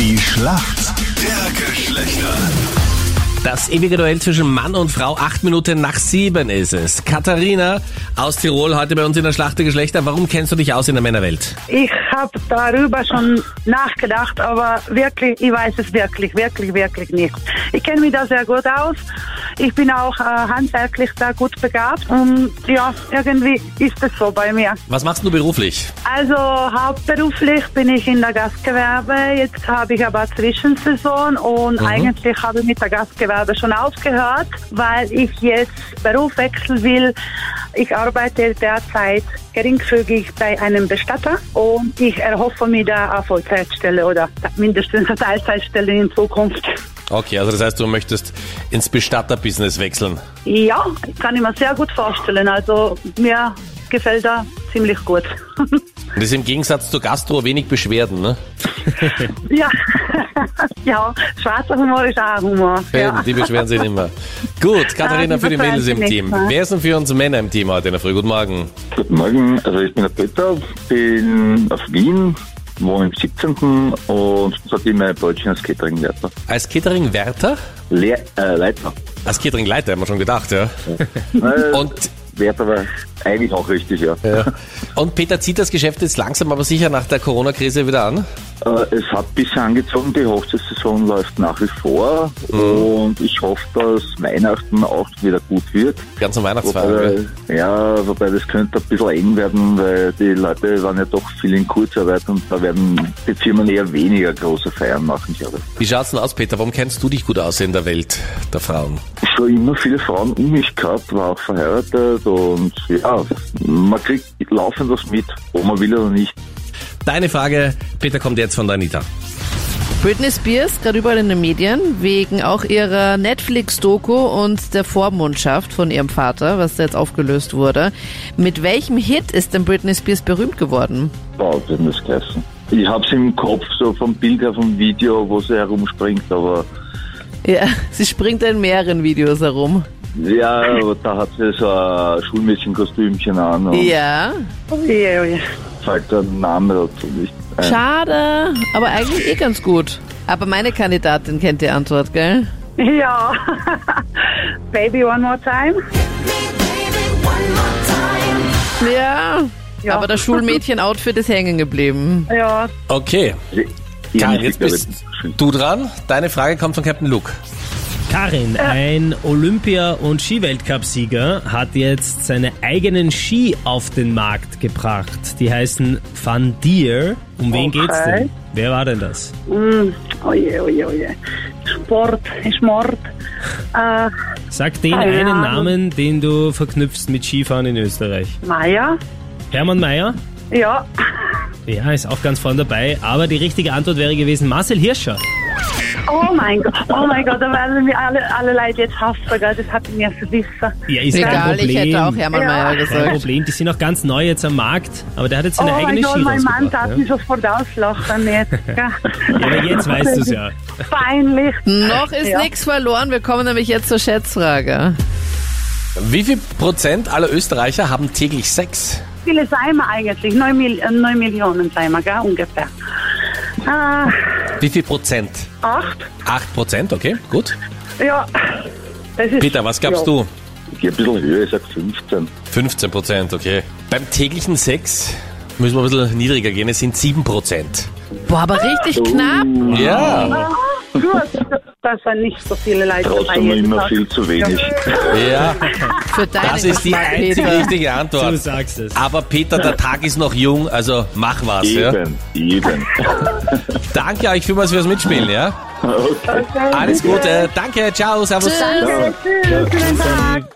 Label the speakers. Speaker 1: Schlacht der Geschlechter.
Speaker 2: Das ewige Duell zwischen Mann und Frau, acht Minuten nach sieben ist es. Katharina aus Tirol, heute bei uns in der Schlacht der Geschlechter. Warum kennst du dich aus in der Männerwelt?
Speaker 3: Ich habe darüber schon nachgedacht, aber wirklich, ich weiß es wirklich, wirklich, wirklich nicht. Ich kenne mich da sehr gut aus. Ich bin auch äh, handwerklich da gut begabt und ja, irgendwie ist es so bei mir.
Speaker 2: Was machst du beruflich?
Speaker 3: Also hauptberuflich bin ich in der Gastgewerbe. Jetzt habe ich aber Zwischensaison und eigentlich habe ich mit der Gastgewerbe schon aufgehört, weil ich jetzt Beruf wechseln will. Ich arbeite derzeit geringfügig bei einem Bestatter und ich erhoffe mir da eine Vollzeitstelle oder mindestens eine Teilzeitstelle in Zukunft.
Speaker 2: Okay, also das heißt, du möchtest ins Bestatter-Business wechseln.
Speaker 3: Ja, kann ich mir sehr gut vorstellen. Also mir gefällt da ziemlich gut.
Speaker 2: Das ist im Gegensatz zu Gastro wenig Beschwerden, ne?
Speaker 3: ja. ja, schwarzer Humor ist auch Humor. Ja.
Speaker 2: Die beschweren sich immer. Gut, Katharina
Speaker 3: Nein,
Speaker 2: für die
Speaker 3: das weiß
Speaker 2: Mädels
Speaker 3: ich
Speaker 2: im
Speaker 3: nicht,
Speaker 2: Team.
Speaker 3: ne?
Speaker 2: Wer ist denn für uns Männer im Team heute in der Früh? Guten Morgen.
Speaker 4: Guten Morgen, also ich bin der Peter, bin aus Wien, wohne im 17. und seitdem mein Brötchen als Catering-Leiter.
Speaker 2: Als Catering-Wärter?
Speaker 4: Le äh, Leiter.
Speaker 2: Als Catering-Leiter, haben wir schon gedacht, ja.
Speaker 4: Äh,
Speaker 2: Und,
Speaker 4: Wert aber eigentlich auch richtig, ja.
Speaker 2: ja. und Peter zieht das Geschäft jetzt langsam, aber sicher nach der Corona-Krise wieder an?
Speaker 4: Äh, es hat bisher angezogen, die Hochzeitssaison läuft nach wie vor und ich hoffe, dass Weihnachten auch wieder gut wird.
Speaker 2: Ganz am Weihnachtsfeier.
Speaker 4: Wobei, ja, wobei das könnte ein bisschen eng werden, weil die Leute waren ja doch viel in Kurzarbeit und da werden die Firmen eher weniger große Feiern machen, glaube ich.
Speaker 2: Wie schaut's denn aus, Peter? Warum kennst du dich gut aus in der Welt der Frauen?
Speaker 4: schon immer viele Frauen um mich gehabt, war auch verheiratet und ja, man kriegt laufend was mit, ob man will oder nicht.
Speaker 2: Deine Frage, Peter, kommt jetzt von der Anita.
Speaker 5: Britney Spears, gerade überall in den Medien, wegen auch ihrer Netflix-Doku und der Vormundschaft von ihrem Vater, was da jetzt aufgelöst wurde. Mit welchem Hit ist denn Britney Spears berühmt geworden?
Speaker 4: Wow, das muss geheißen. Ich hab's im Kopf, so vom Bild her, vom Video, wo sie herumspringt, aber
Speaker 5: Ja, sie springt in mehreren Videos herum.
Speaker 4: ja, aber da hat sie so ein Schulmädchenkostümchen an
Speaker 5: Oh.
Speaker 4: und
Speaker 5: Ja,
Speaker 3: Oje, oje.
Speaker 4: fällt der Name dazu nicht ein.
Speaker 5: schade, aber eigentlich eh ganz gut. Aber meine Kandidatin kennt die Antwort, gell?
Speaker 3: Ja. Baby, one more time.
Speaker 5: Ja,
Speaker 3: Ja.
Speaker 5: aber das Schulmädchen-Outfit ist hängen geblieben.
Speaker 3: Ja,
Speaker 2: Okay,
Speaker 4: äh, Ich
Speaker 2: Karin,
Speaker 4: nicht,
Speaker 2: jetzt
Speaker 4: aber-
Speaker 2: bist du dran. Deine Frage kommt von Captain Luke.
Speaker 6: Karin, ein Olympia- und Skiweltcup-Sieger, hat jetzt seine eigenen Ski auf den Markt gebracht. Die heißen Van Deer. Um wen
Speaker 3: Okay.
Speaker 6: geht's denn? Wer war denn das?
Speaker 3: mm, oje, oje, oje. Sport ist Mord. Äh,
Speaker 6: Sag den
Speaker 3: Keine
Speaker 6: einen
Speaker 3: Ahnung.
Speaker 6: Namen, den du verknüpfst mit Skifahren in Österreich.
Speaker 3: Maya?
Speaker 6: Hermann Mayer?
Speaker 3: Ja.
Speaker 6: Ja, ist auch ganz vorne dabei. Aber die richtige Antwort wäre gewesen Marcel Hirscher.
Speaker 3: Oh mein Gott, oh mein Gott, da werden mir alle, alle Leute jetzt hassen, gell? das hat mir verwissen.
Speaker 6: Ja, ist kein
Speaker 5: Egal,
Speaker 6: Problem.
Speaker 5: ich hätte auch Hermann
Speaker 3: Ja.
Speaker 5: Mayer
Speaker 6: kein
Speaker 5: gesagt.
Speaker 6: Problem, die sind auch ganz neu jetzt am Markt, aber der hat jetzt
Speaker 3: Oh
Speaker 6: seine eigene
Speaker 3: mein Gott,
Speaker 6: Ski
Speaker 3: mein Mann darf
Speaker 6: rausgebracht,
Speaker 3: mich sofort auslachen jetzt. gell?
Speaker 6: ja. Aber jetzt weißt du es dus, ja.
Speaker 3: Peinlich.
Speaker 5: Noch ist
Speaker 3: Ja.
Speaker 5: nichts verloren, wir kommen nämlich jetzt zur Schätzfrage.
Speaker 2: Wie viel Prozent aller Österreicher haben täglich Sex?
Speaker 3: Wie viele sind wir eigentlich? 9, Mil äh, neun Millionen sind wir, gell? ungefähr. Äh,
Speaker 2: Wie viel Prozent?
Speaker 3: acht?
Speaker 2: Acht Prozent, okay, gut.
Speaker 3: Ja. Das ist,
Speaker 2: Peter, was gabst
Speaker 3: ja.
Speaker 2: du?
Speaker 4: Ich geh ein bisschen höher, ich sag 15.
Speaker 2: 15 Prozent, okay. Beim täglichen Sex müssen wir ein bisschen niedriger gehen, es sind sieben Prozent.
Speaker 5: Boah, aber richtig knapp.
Speaker 2: Oh. Ja,
Speaker 3: Ah, Gut, das sind nicht so viele Leute dabei.
Speaker 4: Trotzdem noch
Speaker 3: jeden
Speaker 4: immer
Speaker 3: Tag.
Speaker 4: viel zu wenig.
Speaker 2: ja,
Speaker 5: Für deinen
Speaker 2: das ist die
Speaker 5: Geschmack,
Speaker 2: einzige
Speaker 5: Peter.
Speaker 2: richtige
Speaker 6: Du
Speaker 2: Antwort.
Speaker 6: sagst es.
Speaker 2: Aber Peter, der Tag ist noch jung, also mach was, ja.
Speaker 4: Eben, eben.
Speaker 2: Danke euch vielmals fürs Mitspielen, ja.
Speaker 4: Okay.
Speaker 2: Alles Gute, danke, ciao, servus.
Speaker 5: Tschüss.
Speaker 3: Danke, tschüss, schönen Tag.